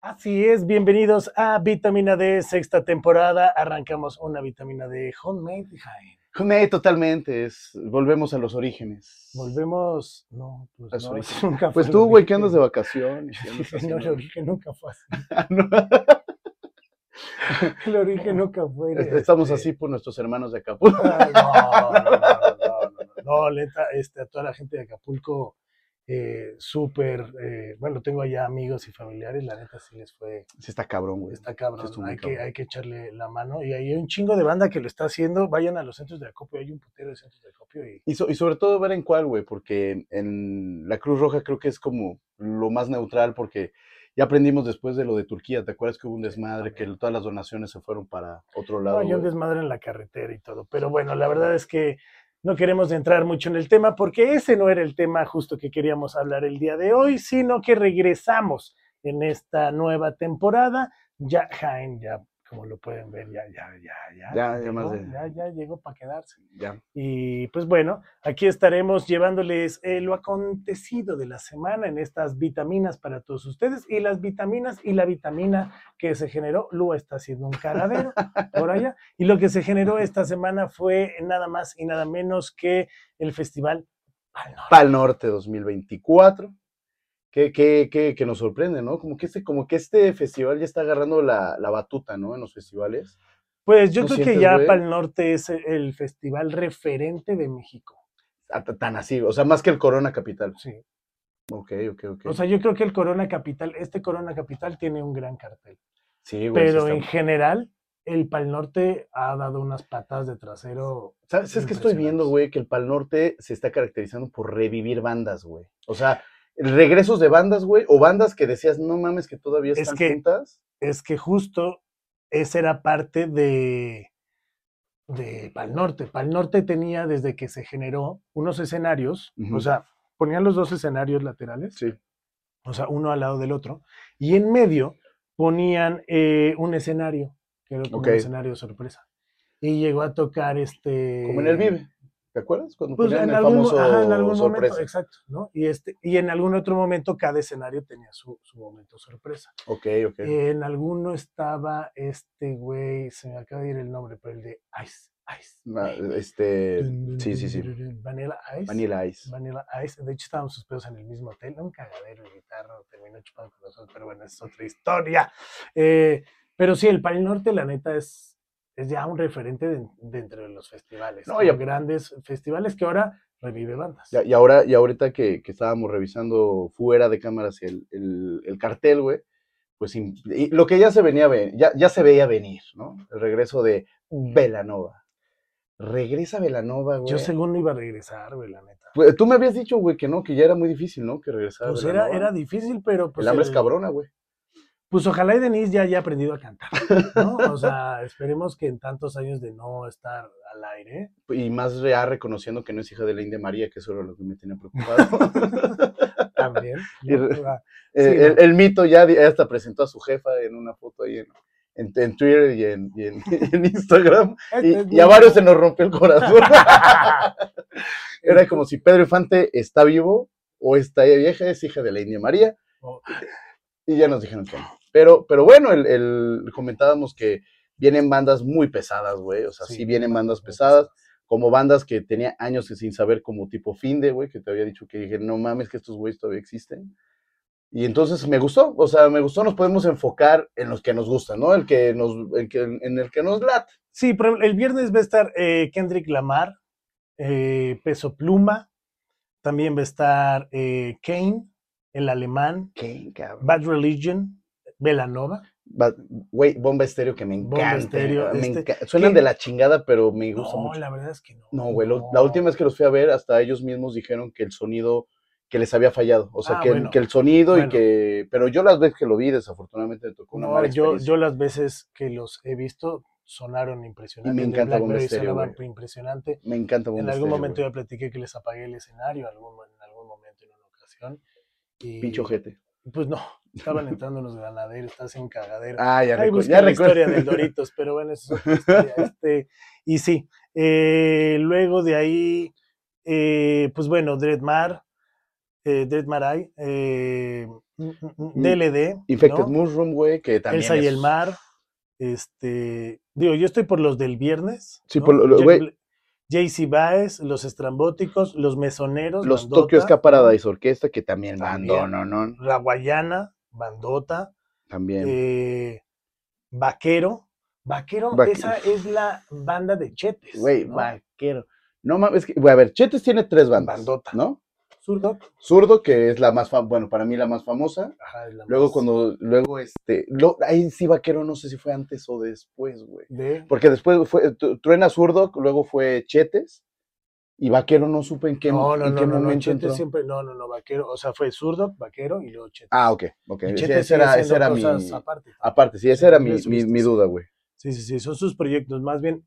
Así es, bienvenidos a Vitamina D, sexta temporada. Arrancamos una vitamina D homemade. Jaime. Homemade totalmente, es, volvemos a los orígenes. Volvemos, no, A pues, su no, origen. eso nunca Pues fue tú, el güey, que andas de origen. vacaciones. ¿Qué andas No, el haciendo? origen nunca fue así. Ah, no. El origen nunca fue. Est- Estamos este, así por nuestros hermanos de Acapulco. Ay, no, no, no, no, no, no, no, neta, este, a toda la gente de Acapulco, eh, súper, eh, bueno, tengo allá amigos y familiares, la neta sí les fue, Sí está cabrón, güey. está cabrón, estuvo muy hay, que, cabrón. hay que echarle la mano, y ahí hay un chingo de banda que lo está haciendo, vayan a los centros de acopio, hay un putero de centros de acopio, y Y, so- y sobre todo ver en cuál, güey, porque en la Cruz Roja creo que es como lo más neutral, porque ya aprendimos después de lo de Turquía, ¿te acuerdas que hubo un desmadre, que también. todas las donaciones se fueron para otro no, lado? hay un güey? desmadre en la carretera y todo, pero bueno, la verdad es que no queremos entrar mucho en el tema, porque ese no era el tema justo que queríamos hablar el día de hoy, sino que regresamos en esta nueva temporada. ya Jaén, ya como lo pueden ver, ya, ya, ya, ya. Ya, ya llegó, más de- ya, ya llegó para quedarse. Ya. Y pues bueno, aquí estaremos llevándoles eh, lo acontecido de la semana en estas vitaminas para todos ustedes. Y las vitaminas y la vitamina que se generó, Lua está haciendo un caradero por allá. Y lo que se generó esta semana fue nada más y nada menos que el festival Pal Norte. Pal Norte 2024. Que, que, que, que nos sorprende, ¿no? Como que este, como que este festival ya está agarrando la, la batuta, ¿no? En los festivales. Pues yo ¿No creo que sientes, ya güey? Pal Norte es el- el festival referente de México. Ah, ta- Tan así, o sea, más que el Corona Capital. Sí. Ok, ok, ok. O sea, yo creo que el Corona Capital, este Corona Capital tiene un gran cartel, sí, güey, sí pero está- en general el Pal Norte ha dado unas patas de trasero. ¿Sabes es que estoy viendo, impresionantes. güey? Que el Pal Norte se está caracterizando por revivir bandas, güey. O sea, regresos de bandas, güey, o bandas que decías, no mames, que todavía Es están que- juntas. Es que justo esa era parte de de Pal Norte. Pal Norte tenía desde que se generó unos escenarios, Ujú. o sea, ponían los dos escenarios laterales, Sí. o sea, uno al lado del otro, y en medio ponían eh, un escenario, que era como Ok. un escenario sorpresa. Y llegó a tocar este... Como en el Vive. ¿Te acuerdas? Cuando Pues ponían en el algún, mo- famoso ajá, en algún sorpresa. momento, exacto, ¿no? Y, este, y en algún otro momento cada escenario tenía su, su momento sorpresa. Ok, ok. En alguno estaba este güey, se me acaba de ir el nombre, pero el de Ice, Ice. Na- Baby. Ah, este, Dun, dun, Mm, sí, dun, sí, sí. dun, dun, dun, Vanilla Ice. Vanilla Ice. Vanilla Ice. De hecho, estábamos suspesos en el mismo hotel. Un cagadero de guitarra. Terminó chupando con nosotros. Pero bueno, es otra historia. Eh, pero sí, el Pal Norte, la neta, es, es ya un referente de- dentro de los festivales. No, No, y a- grandes festivales que ahora revive bandas. Ya- y ahora, y ahorita que, que estábamos revisando fuera de cámaras el, el- el cartel, güey, pues im- y lo que ya se venía, ve- ya, ya se veía venir, ¿no? El regreso de Velanova. Regresa Velanova, güey. Yo según no iba a regresar, güey, la neta. Pues, tú me habías dicho, güey, que no, que ya era muy difícil, ¿no? Que regresara. Pues era, Belanova. era difícil, pero pues. el hambre es el- cabrona, güey. Pues ojalá y Denise ya haya aprendido a cantar. ¿no? O sea, esperemos que en tantos años de no estar al aire, Y más ya reconociendo que no es hija de la India María, que eso era lo que me tenía preocupado. también. Y ¿no? re- O sea, Eh, Sí, el, no. el mito ya di- hasta presentó a su jefa en una foto ahí en, en- en Twitter y en, y en- y en Instagram. Este Y, es y a mi varios hijo. se nos rompió el corazón. Era como si Pedro Infante está vivo o está vieja, es hija de la India María. O- Y ya nos dijeron que no. Pero, pero bueno, el, el- comentábamos que vienen bandas muy pesadas, güey. O sea, sí, Sí, vienen bandas muy pesadas. Como bandas que tenía años que sin saber, como tipo Finde, güey, que te había dicho que dije, no mames, que estos güeyes todavía existen. Y entonces me gustó, o sea, me gustó, nos podemos enfocar en los que nos gustan, ¿no? El que nos, el que- en el que nos late. Sí, pero el viernes va a estar eh, Kendrick Lamar, eh, Peso Pluma, también va a estar eh, Kane, el alemán, ¿Qué, cabrón? Bad Religion, Velanova. Ba- Güey, Bomba Estéreo que me Bomba encanta. Estéreo, me este, enca- Suenan ¿quién? de la chingada, pero me gusta No, mucho. la verdad es que no. No, güey, lo- la última vez que los fui a ver, hasta ellos mismos dijeron que el sonido que les había fallado, o sea, Ah, que, el- bueno. que el sonido y Bueno. que, pero yo las veces que lo vi, desafortunadamente me tocó una No, mala yo, experiencia. yo las veces que los he visto sonaron impresionantes. de encanta Bomba Blackberry Estéreo, sonaban güey. impresionante. me encanta Bomba en algún Estéreo, momento güey. ya platiqué que les apagué el escenario algún, en algún momento en una ocasión. Y, pinche ojete. Pues no, estaban entrando los granaderos, estás en cagadero. Ah, ya Ahí recuerdo, busqué ya la recuerdo. historia del Doritos, pero bueno, eso es otra historia. Este, y sí, eh, luego de ahí, eh, pues bueno, Dreadmar, eh, Dreadmar Eye, eh, DLD. Infected ¿no? Mushroom, güey, que también. Elsa y es- el mar. Este, digo, yo estoy por los del viernes. Sí, por lo- lo- Jack güey. Bla- JC Baez, los estrambóticos, los mesoneros, Los Bandota, Tokyo Ska Paradise Orquesta, que también También. mandó, no, no. La Guayana, Bandota, También. eh, Vaquero. Vaquero, Vaque- esa es la banda de Chetes. Güey, ¿no? vaquero. No mames, es que, güey, a ver, Chetes tiene tres bandas, Bandota. ¿no? Zurdo. Zurdo, que es la más, fam- bueno, para mí la más famosa. Ajá, es la Luego más cuando, luego este, lo- ahí sí vaquero, no sé si fue antes o después, güey. de- Porque después fue, tu- truena Zurdo, luego fue Chetes, y vaquero no supe en qué, no, no, en no, qué no, no, momento Chetes entró. siempre, no, no, no, Vaquero, o sea, fue Zurdo, Vaquero y luego Chetes. Ah, ok, ok. Y sí, Chetes ese sigue era, ese haciendo era mi, cosas aparte. aparte, sí, Sí, esa era tú le mi, mi, subiste, mi sí. duda, güey. Sí, sí, sí, son sus proyectos, más bien,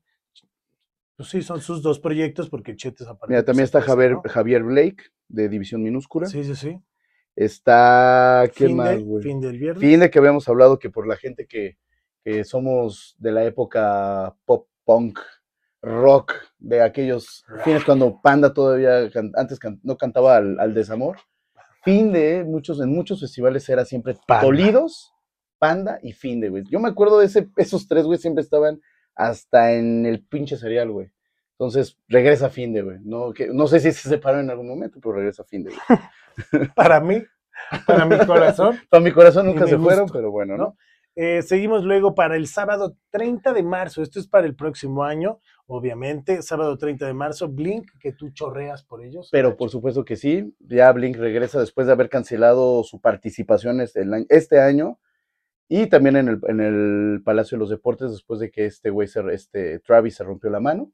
pues sí, son sus dos proyectos porque Chetes aparte. Mira, pues, también está empieza, Javier, ¿no? Javier Blake, de División Minúscula. Sí, sí, sí. Está, ¿qué Fin de- más, güey? Fin del viernes. Fin de que habíamos hablado que por la gente que, que somos de la época pop punk, rock, de aquellos fines cuando Panda todavía can- antes can- no cantaba al, al desamor. Fin de muchos, en muchos festivales era siempre Panda. Tolidos, Panda y Fin de, güey. Yo me acuerdo de ese, esos tres, güey, siempre estaban hasta en el pinche cereal, güey. Entonces, regresa Fin de, güey. No, que- no sé si se separó en algún momento, pero regresa Fin de, güey. Para mí, para mi corazón. Para mi corazón Y nunca mi se fueron, gusto, pero bueno, ¿no? Eh, seguimos luego para el sábado 30 de marzo. Esto es para el próximo año, obviamente. Sábado 30 de marzo, Blink, que tú chorreas por ellos. Pero pues, por supuesto que sí, ya Blink regresa después de haber cancelado su participación este el año, este año y también en el, en el Palacio de los Deportes después de que este güey, se re- este Travis se rompió la mano,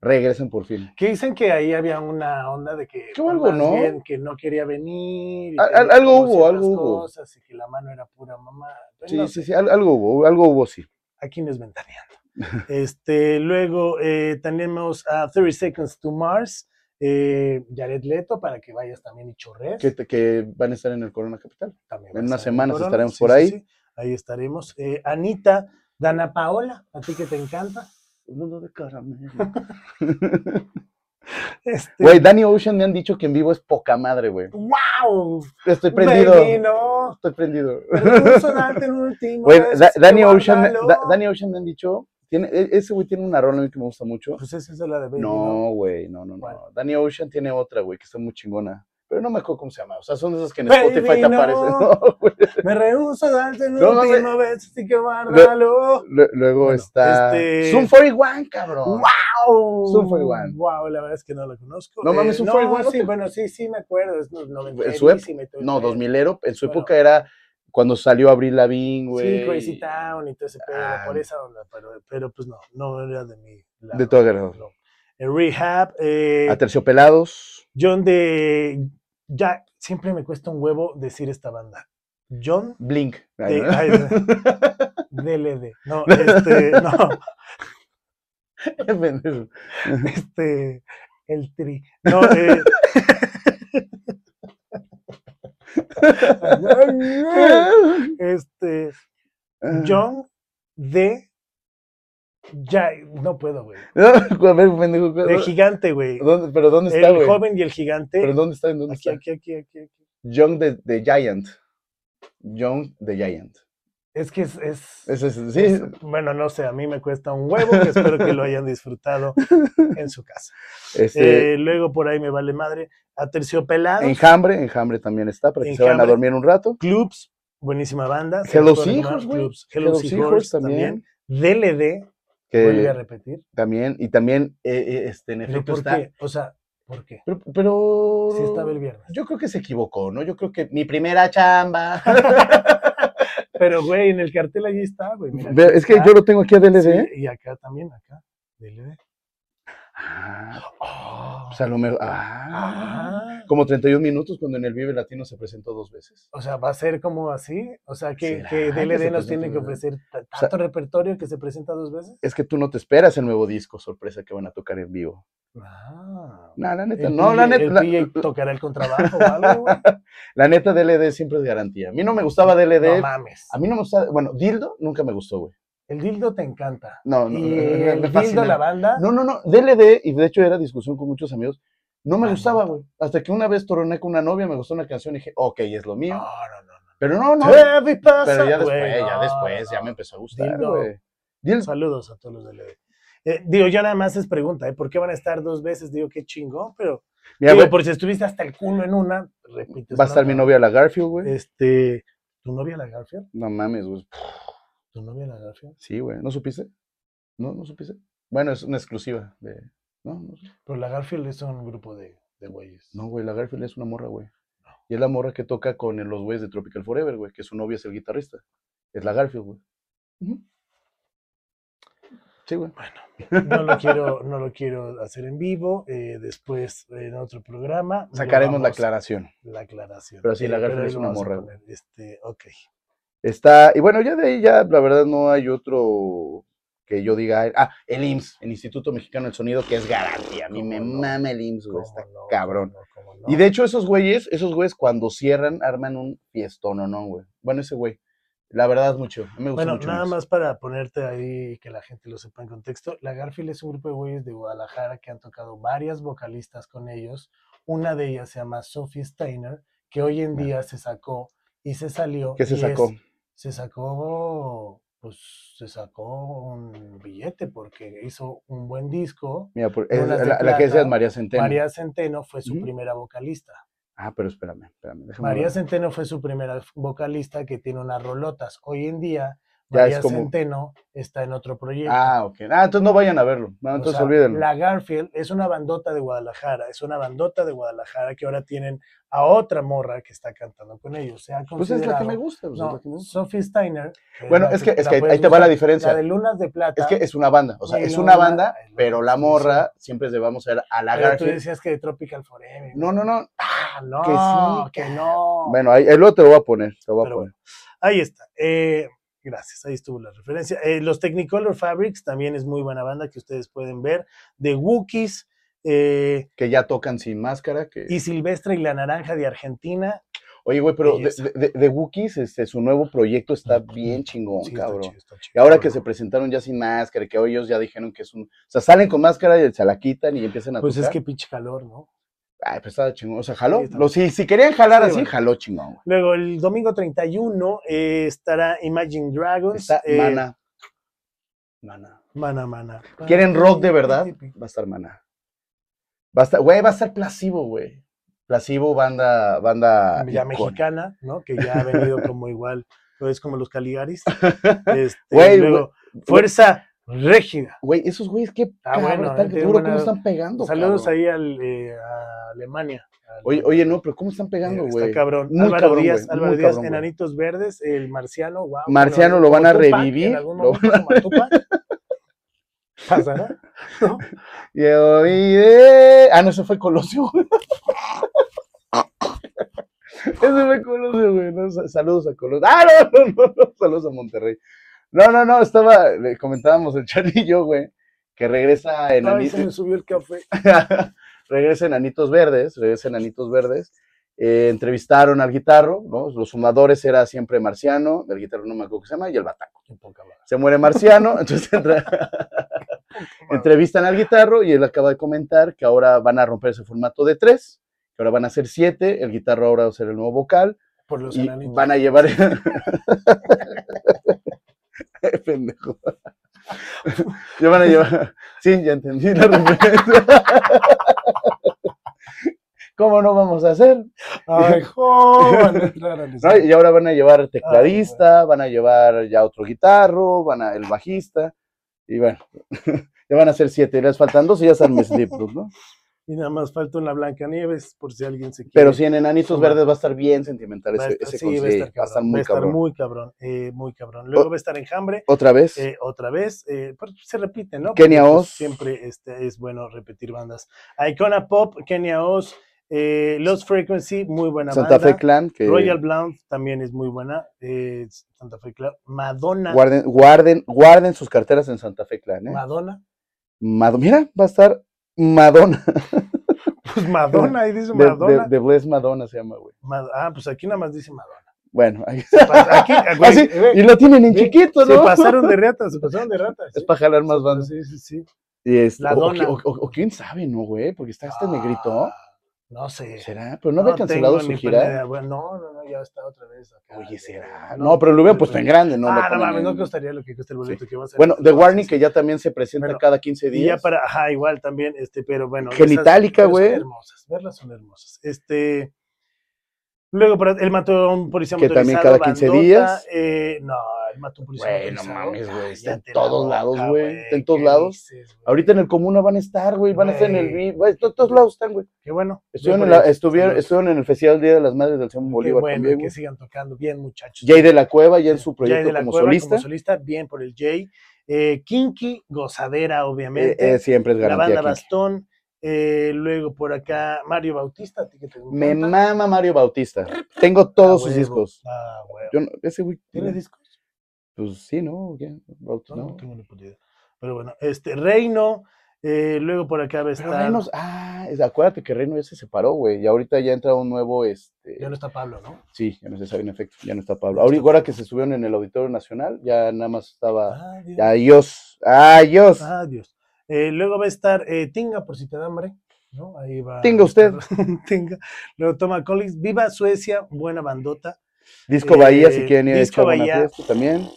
regresan por fin. Que dicen que ahí había una onda de que, Que pues, algo, más ¿no? bien que no quería venir. y Al- que al- había algo como hubo, ciertas algo hubo. Cosas, y que la mano era pura mamá. Pues, Sí, sí, sí, al- algo hubo, algo hubo, sí. aquí nos ventaneando. este, luego eh, tenemos a 30 Seconds to Mars, eh, Jared Leto, para que vayas también y chorres. Que, te- que van a estar en el Corona Capital. también en vas unas a ver semanas Corona, estaremos por ahí. Ahí estaremos. Eh, Anita, Dana Paola, a ti que te encanta. Un mundo de caramelo. Este, Güey, Danny Ocean me han dicho que en vivo es poca madre, güey. ¡Wow! Estoy prendido. Baby, no. Estoy prendido. Hermoso, darte un último Güey, beso, Da- Danny, guárdalo. Ocean, me- Da- Danny Ocean me han dicho, tiene, e- ese güey tiene una rola a mí que me gusta mucho. Pues esa es la de Baby. No. No, güey, no, no, no. ¿Cuál? Danny Ocean tiene otra, güey, que está muy chingona. Pero no me acuerdo cómo se llama. O sea, son de esas que en Baby, Spotify te no. aparecen. ¿no, güey? Me rehuso a darte un No, no, último beso, así que guárdalo. Lue- Luego Bueno, está. este- Zoom 41, cabrón. ¡Wow! Zoom 41. Oh, Wow, la verdad es que no la conozco. Eh, No mames, Zoom 41, Sí, ¿no? bueno, sí, sí me acuerdo. Es no- noventerísima su ep- y todo el No, pedo. 2000 ero. En su Bueno. época era cuando salió Abril Lavigne, güey. Sí, Crazy Town y todo ese pedo, Ah. por esa onda. Pero, pero pues no, no era de mi. lado. De todo Ah, agrado. No. Eh, Rehab, eh, Aterciopelados. John de. Ya, siempre me cuesta un huevo decir esta banda. John Blink. Ay, de. ¿no? ay, de- DLD. No, este. No, Pendejo. este. El tri. No, eh. Este, Ah. John de. Ya, no puedo, güey. No, a ver, pendejo, De gigante, güey. ¿dónde- ¿Pero dónde está, El güey? joven y el gigante. ¿Pero dónde está? ¿En dónde aquí, está? aquí, aquí, aquí, aquí. Young the, the Giant. Young the Giant. Es que es. es- Ese es, sí. es- bueno, no sé, a mí me cuesta un huevo, que espero que lo hayan disfrutado en su casa. Este, Eh, luego por ahí me vale madre. A terciopelado. enjambre, enjambre también está, para que se vayan a Enjambre. dormir un rato. Clubs. Buenísima banda. se Hello los puedo recomendar, Seahorse, güey. Clubs, Hello Hello Seahorse Seahorse también. DLD. que Vuelve a repetir. también, y también, eh, eh, este, en ¿Pero efecto por está. qué? O sea, ¿por qué? Pero, pero- Si estaba el viernes. yo creo que se equivocó, ¿no? Yo creo que mi primera chamba. Pero, güey, en el cartel allí está, güey. mira, Oh. Ve, aquí es que está. yo lo tengo aquí a DLD. Sí, y acá también, acá. DLD. Ah, o sea, a lo mejor. ah. Ah, Como 31 minutos cuando en el Vive Latino se presentó dos veces. o sea, va a ser como así. O sea, que, ¿Será que que DLD se nos presenta tiene que una vez? ofrecer ta- O sea- tanto repertorio que se presenta dos veces. Es que tú no te esperas el nuevo disco, sorpresa que van a tocar en vivo. Ah. No, la neta, El no, la PJ neta. La, El PJ tocará el contrabajo o algo, güey. la neta, DLD siempre es garantía. A mí no me gustaba DLD. No mames. a mí no me gustaba. Bueno, Dildo nunca me gustó, güey. El dildo te encanta. No, no, no, Y no, el me dildo, fascinaba. la banda. No, no, no. DLD, y de hecho era discusión con muchos amigos, no me Ah, gustaba, no. güey. Hasta que una vez toroné con una novia, me gustó una canción y dije, ok, es lo mío. No, no, no, no. Pero no, no. Heavy pasa, Pero ya después, Ah. güey, ya no, después, ya no. me empezó a gustar, Dildo. güey. Dildo. Saludos a todos los de LED. Eh, digo, ya nada más es pregunta, ¿eh? ¿por qué van a estar dos veces? Digo, qué chingón, pero Mira, digo, güey, por si estuviste hasta el culo en una, repites. va a estar la mi otra. novia la Garfield, güey. Este, ¿tu novia la Garfield? No mames, güey. ¿Tu novia la Garfield? Sí, güey. ¿No supiste? ¿No, no supiste? Bueno, es una exclusiva de... No, no, Pero la Garfield es un grupo de, de güeyes. no, güey, la Garfield es una morra, güey. Y es la morra que toca con el- los güeyes de Tropical Forever, güey, que su novia es el guitarrista. Es la Garfield, güey. Ujú. Sí, güey. No lo quiero, no lo quiero hacer en vivo. eh, después en otro programa lo Sacaremos la vamos- aclaración. La aclaración. Pero sí, la Garfield ahí es lo una vamos a morra, güey. poner, Este, ok. Está, y bueno, ya de ahí ya, la verdad, no hay otro que yo diga. Ah, el IMSS, el Instituto Mexicano del Sonido, que es garantía. A mí me ¿Cómo no? mama el IMSS, güey. ¿Cómo Está no? ¿Cómo cabrón. no? ¿Cómo Y no? de hecho, esos güeyes, esos güeyes cuando cierran, arman un fiestón, ¿o no, güey? Bueno, ese güey. La verdad, mucho. A mí me gustó Bueno, mucho. nada el IMSS. más para ponerte ahí que la gente lo sepa en contexto, la Garfield es un grupo de güeyes de Guadalajara que han tocado varias vocalistas con ellos. Una de ellas se llama Sophie Steiner, que hoy en Ya. día se sacó y se salió. ¿Qué se y es- sacó? se sacó, pues se sacó un billete porque hizo un buen disco. Mira, por- Lunas es la, de la que decías, Plata, María Centeno. María Centeno fue su Ujú. primera vocalista. Ah, pero espérame, espérame. déjame María ver. Centeno fue su primera f- vocalista que tiene unas rolotas. Hoy en día, Ya es María como- Centeno está en otro proyecto. Ah, ok. Ah, entonces no vayan a verlo. No, O entonces sea, olvídenlo. La Garfield es una bandota de Guadalajara, es una bandota de Guadalajara que ahora tienen a otra morra que está cantando con ellos. Se ha Pues es la que me considerado- gusta. pues, es la que me No, gusta. Sophie Steiner. que Bueno, la es que, es que ahí- puedes ahí te va la buscar, diferencia. La de Lunas de Plata. Es que es una banda, o sea, Güey, es no, una la- banda, ay, no, pero la sí, sí. morra siempre le vamos a ver a la pero tú Garfield. decías que de Tropical Forever. No, no, no. Ah, no, que sí, que no. Bueno, ahí, ahí luego te lo voy a poner, te lo voy a Pero poner. Ahí está. eh, gracias, ahí estuvo la referencia. Eh, los Technicolor Fabrics también es muy buena banda que ustedes pueden ver. De Wookiees eh, Que ya tocan sin máscara. Que... y Silvestre y la Naranja de Argentina. Oye, güey, pero de, belleza. de- de- de Wookiees, este, su nuevo proyecto está bien chingón, Sí, está Oh, cabrón. chido, está chido. Y ahora que se presentaron ya sin máscara, que hoy ellos ya dijeron que es un... O sea, salen con máscara y se la quitan y empiezan a Pues es tocar. que pinche calor, ¿no? Ay, pues está chingón. O sea, jaló. Sí, está Lo- si, si querían jalar Sí, así, bueno. jaló chingón, güey. Luego el domingo 31 eh, estará Imagine Dragons. Está eh, pues, mana. Mana. Mana, mana. ¿Quieren rock de verdad? Va a estar Maná. Va a estar, güey, va a estar Placebo, güey. Placebo, banda, banda. Ya icónica. mexicana, ¿no? Que ya ha venido como igual. Pero es como los Caligaris. Este, Güey, luego, Fuerza Régida. Güey, esos güeyes, qué Ah, cabrón, bueno, tan tiene duro, cómo buena- están pegando. Saludos cabrón. ahí al, eh, a Alemania. al- Oye, oye, no, pero cómo están eh, pegando, está güey. cabrón. Muy Álvaro cabrón, Díaz, güey, Álvaro muy Díaz, cabrón, güey. Enanitos Verdes, el Marciano, wow. Marciano lo van a revivir, En algún lo momento, como a Tupac. Pasará. Yo iré- Ah, no, eso fue Colosio, güey. Ese fue Colosio, güey. no, sa- saludos a Colosio. Ah, no, no, no, no, saludos a Monterrey. No, no, no, estaba, le comentábamos el Charlie y yo, güey, que regresa en Ay, se me subió el café. regresa Enanitos Verdes, regresa Enanitos Verdes. eh, entrevistaron al guitarro, ¿no? Los fumadores era siempre Marciano, el guitarro no me acuerdo qué se llama, y el bataco. Qué poca madre. Se muere Marciano, entonces entra- entrevistan al guitarro y él acaba de comentar que ahora van a romper ese formato de tres, que ahora van a ser siete, el guitarro ahora va a ser el nuevo vocal, Por los y enanitos. van a llevar... Pendejo. Ya van a llevar... Sí, ya entendí la referencia. ¿Cómo no vamos a hacer? Ay, joven, entrar al ¿no? escenario. Y ahora van a llevar tecladista, Ah, van a llevar ya otro guitarro, van a el bajista, y bueno, ya van a ser siete, les faltan dos y ya están mis deep Roots, ¿no? Y nada más falta una Blancanieves, por si alguien se quiere. Pero sí, en Enanitos Sumar. Verdes va a estar bien sentimental Va a ese, estar- ese sí, va a concierto, estar va a estar cabrón, va a muy estar cabrón. muy cabrón, eh, muy cabrón. Luego va a estar Enjambre, Otra vez, eh, otra vez, eh, pero se repite, ¿no? Kenia Porque, pues, Oz. Siempre este, es bueno repetir bandas. Icona Pop, Kenia Oz, eh, Los Frequency, muy buena Santa banda. Fe Clan, que Royal Blount también es muy buena. eh, Santa Fe Clan. Madonna. guarden, guarden, guarden sus carteras en Santa Fe Clan, ¿eh? Madonna. Mad- Mira, va a estar Madonna, Pues Madonna, ahí dice de, de, Madonna. de Bless Madonna se llama, güey. Ma- ah, pues aquí nada más dice Madonna. Bueno, ahí Aquí, güey, eh, Así, güey, Ah, y lo tienen en Sí, chiquito, se ¿no? pasaron de ratas, se pasaron de ratas. Es para jalar más bandas. Sí, sí, sí. Y este, La o- o, dona. o- o- o quién sabe, ¿no, güey? Porque está este negrito. Ah, No sé. ¿Será? Pero no, había cancelado tengo su ni gira. pena de- bueno, no, no, no, ya está otra vez. acá. Oye, De- será. No, pero lo hubiera puesto en grande, ¿no? Lo ah, no ponen mames, no en- costaría lo que cuesta el boleto que va a ser. Bueno, The Warning, que ya también se presenta Bueno, cada 15 días. Y ya para, ajá, igual también, este, pero bueno. esas- Genitalica, pero son güey. Hermosas, verlas son hermosas. Este. Luego, para, él mató a un policía Que también motorizado, cada 15 bandota, días. eh, no, él mató a un policía Güey, no motorizado. mames, güey, está ya en te la todos boca, lados, güey, está en ¿qué todos lados. dices, güey? Ahorita en el Comuna van a estar, güey. Van a estar en el. Güey. Bi- güey, to- todos lados están, güey. Qué bueno. Estuvieron, Bien en por la- ellos. estuvieron, Qué estuvieron en el Festival Día de las Madres del Simón Bolívar bueno, también, que güey. sigan tocando bien, muchachos. Jay de la Cueva ya en su Jay proyecto de la como Cueva solista. como solista, bien por el Jay. Eh, Kinky, gozadera, Eh, obviamente. eh, siempre es la banda garantía. Kinky. Bastón. eh, luego por acá, Mario Bautista. ¿a ti qué te Me encanta? mama Mario Bautista. Tengo todos Ah, sus huevo. discos. Ah, huevo. Yo no- ese güey. ¿Tiene discos? Pues sí, ¿no? Ya, Bautista, No, no pues, no. tengo ni puta idea. Pero bueno, este, Reino. eh, luego por acá va a Pero estar- Reino, ah, es- acuérdate que Reino ya se separó, güey. Y ahorita ya entra un nuevo, este. Ya no está Pablo, ¿no? Sí, ya no se sabe en efecto, ya no está Ya Pablo. no Ahora, está ahora Pablo. Ah, que se subieron en el Auditorio Nacional, ya nada más estaba. Adiós. Adiós, adiós. Adiós. Eh, luego va a estar eh, Tinga, por si te da hambre. ¿no? Ahí va. a Tinga usted. estar Tinga. Luego toma Collins. Viva Suecia, buena bandota. Disco Bahía, eh, si quieren ir a Disco echar una Bahía. fiesta también.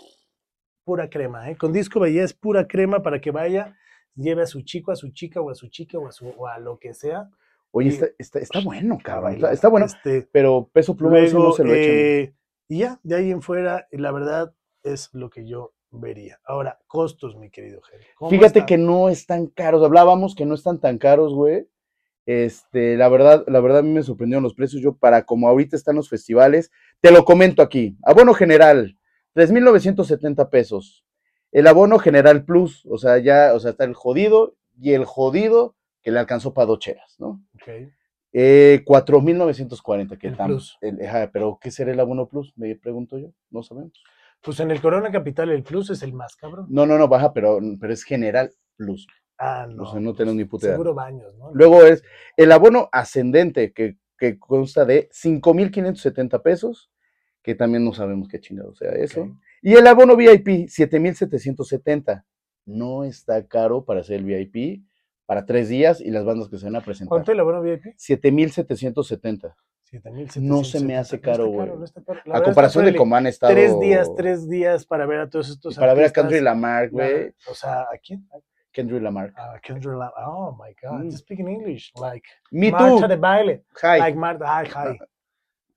Pura crema, ¿eh? Con disco Bahía es pura crema para que vaya, lleve a su chico, a su chica o a su chica o a, su, o a lo que sea. Oye, Sí. está, está, está bueno, cabrón. Está, Bailar. está bueno, Este, pero peso pluma a ver si Luego, no se lo echen. eh, y ya, de ahí en fuera, eh, la verdad es lo que yo vería. Ahora, costos, mi querido Jerry. ¿cómo Fíjate está? que no están caros. Hablábamos que no están tan caros, güey. Este, la verdad, la verdad a mí me sorprendieron los precios. Yo, para como ahorita están los festivales, te lo comento aquí. Abono general, 3,970 pesos. El abono general plus, o sea, ya, o sea, está el jodido y el jodido que le alcanzó para docheras, ¿no? Ok. Eh, 4,940, que El tam- plus. el- ajá, pero ¿qué será el abono plus? Me pregunto yo, no sabemos. Pues en el Corona Capital el plus es el más cabrón. No, no, no, baja, pero, pero es general plus. Ah, No, no. o sea, no tenemos ni puta idea. Seguro baños, ¿no? Luego es el abono ascendente, que, que consta de 5,570 pesos, que también no sabemos qué chingado sea eso. Ok. Y el abono VIP, 7,770. No está caro para hacer el VIP, para tres días y las bandas que se van a presentar. ¿Cuánto el abono VIP? 7,770. 7,770. No se me hace está caro, güey. No está caro. La A verdad, comparación de ponle cómo han estado. Tres días, tres días para ver a todos y estos. Para ver a Kendrick artistas. Lamar, güey. La- O sea, ¿a quién? Kendrick Lamar. A Kendrick Lamar. Oh my God. Mm. Just speaking English. Like. Me Marcha too. de baile. Hi. Ah. Like Marta. Hi, hi.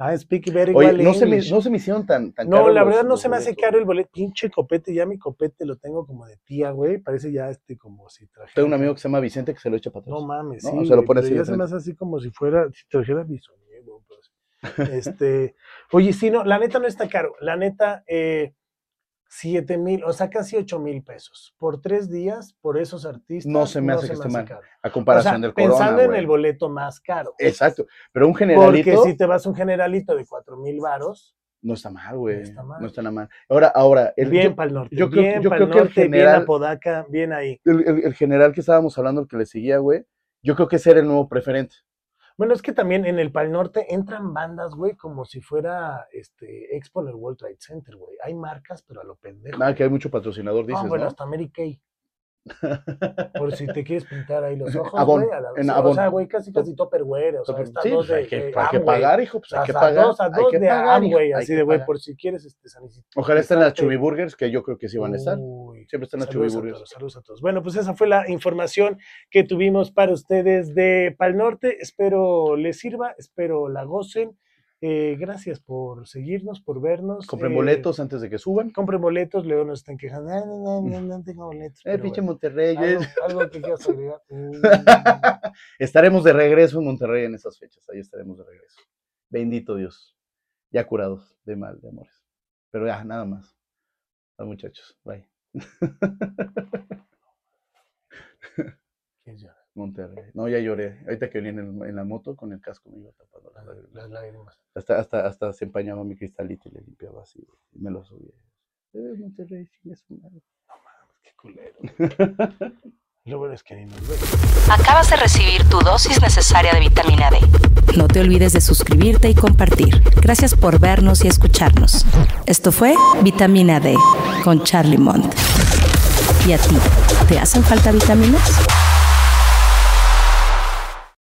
Ah, I speak very Oye, well no se, me, English. no se me hicieron tan, tan No, caros la los- verdad no los se me hace boletos, caro el güey. boleto. Pinche copete, ya mi copete lo tengo como de tía, güey. Parece ya este como si trajera. Tengo un amigo que se llama Vicente que se lo echa para atrás. No mames, ¿no? sí. O sea, lo güey, pones pero así de ya se me hace así como si fuera, si trajera bisonía, güey. pues. Este, oye, sí, no, la neta no está caro. La neta, eh, 7 mil, o sea, casi 8 mil pesos. Por tres días, por esos artistas. No se me hace que esté mal. caro. O a sea, comparación del corona. pensando en güey. el boleto más caro. Exacto. Pero un Porque generalito si te vas un generalito de 4 mil varos, no está mal, güey. está mal. No está nada mal. Ahora, ahora, el, bien yo- para el norte, yo creo- bien yo para el creo que el norte, bien general- a Podaca, bien ahí. el- el- el general que estábamos hablando, el que le seguía, güey, yo creo que ese era el nuevo preferente. Bueno, es que también en el Pal Norte entran bandas, güey, como si fuera este Expo en el World Trade Center, güey. Hay marcas, pero a lo pendejo. Nada, güey. Ah, que hay mucho patrocinador, Ah, dices, bueno, ¿no? hasta Mary Kay. Por si te quieres pintar ahí los ojos, Avon, güey. a la- en sí, Avon. O sea, güey, casi casi Tupperware, o sea, Entonces, hasta sí, dos pues, de, hay que, de hay que Amway, pagar, hijo, pues hay que hasta pagar. dos, a hay dos que de pagar, hijo, Amway, hay así que de, güey, pagar. por si quieres este, sanicito. Ojalá estén las Exacto. Chubby Burgers, que yo creo que sí van a estar. Uy. Siempre están las Chubby Saludos a, Burgers. todos, saludos a todos. Bueno, pues esa fue la información que tuvimos para ustedes de Pal Norte. Espero les sirva, espero la gocen. Eh, gracias por seguirnos, por vernos. Compren Eh, boletos antes de que suban. Eh, Compren boletos, luego nos están quejando. "Ay, No, no, no, no tengo boletos. Eh, pero pinche bueno. Monterrey. eh. ¿Algo, algo que quieras agregar. Mm, Estaremos de regreso en Monterrey en esas fechas. Ahí estaremos de regreso. Bendito Dios. Ya curados de mal, de amores. Pero ya, nada más. Bye, muchachos. Bye. ¿quién llora? Monterrey. No, ya lloré. Ahorita que venía en, el- en la moto con el casco me iba tapando las lágrimas. Las lágrimas. Hasta, hasta, hasta se empañaba mi cristalito y le limpiaba así. güey, Y me lo subía. Eh, Monterrey, chingue su madre. Qué culero. Lo bueno es que ni nos vemos. Acabas de recibir tu dosis necesaria de vitamina D. No te olvides de suscribirte y compartir. Gracias por vernos y escucharnos. Esto fue Vitamina D con Charlie Mont. ¿Y a ti? ¿Te hacen falta vitaminas?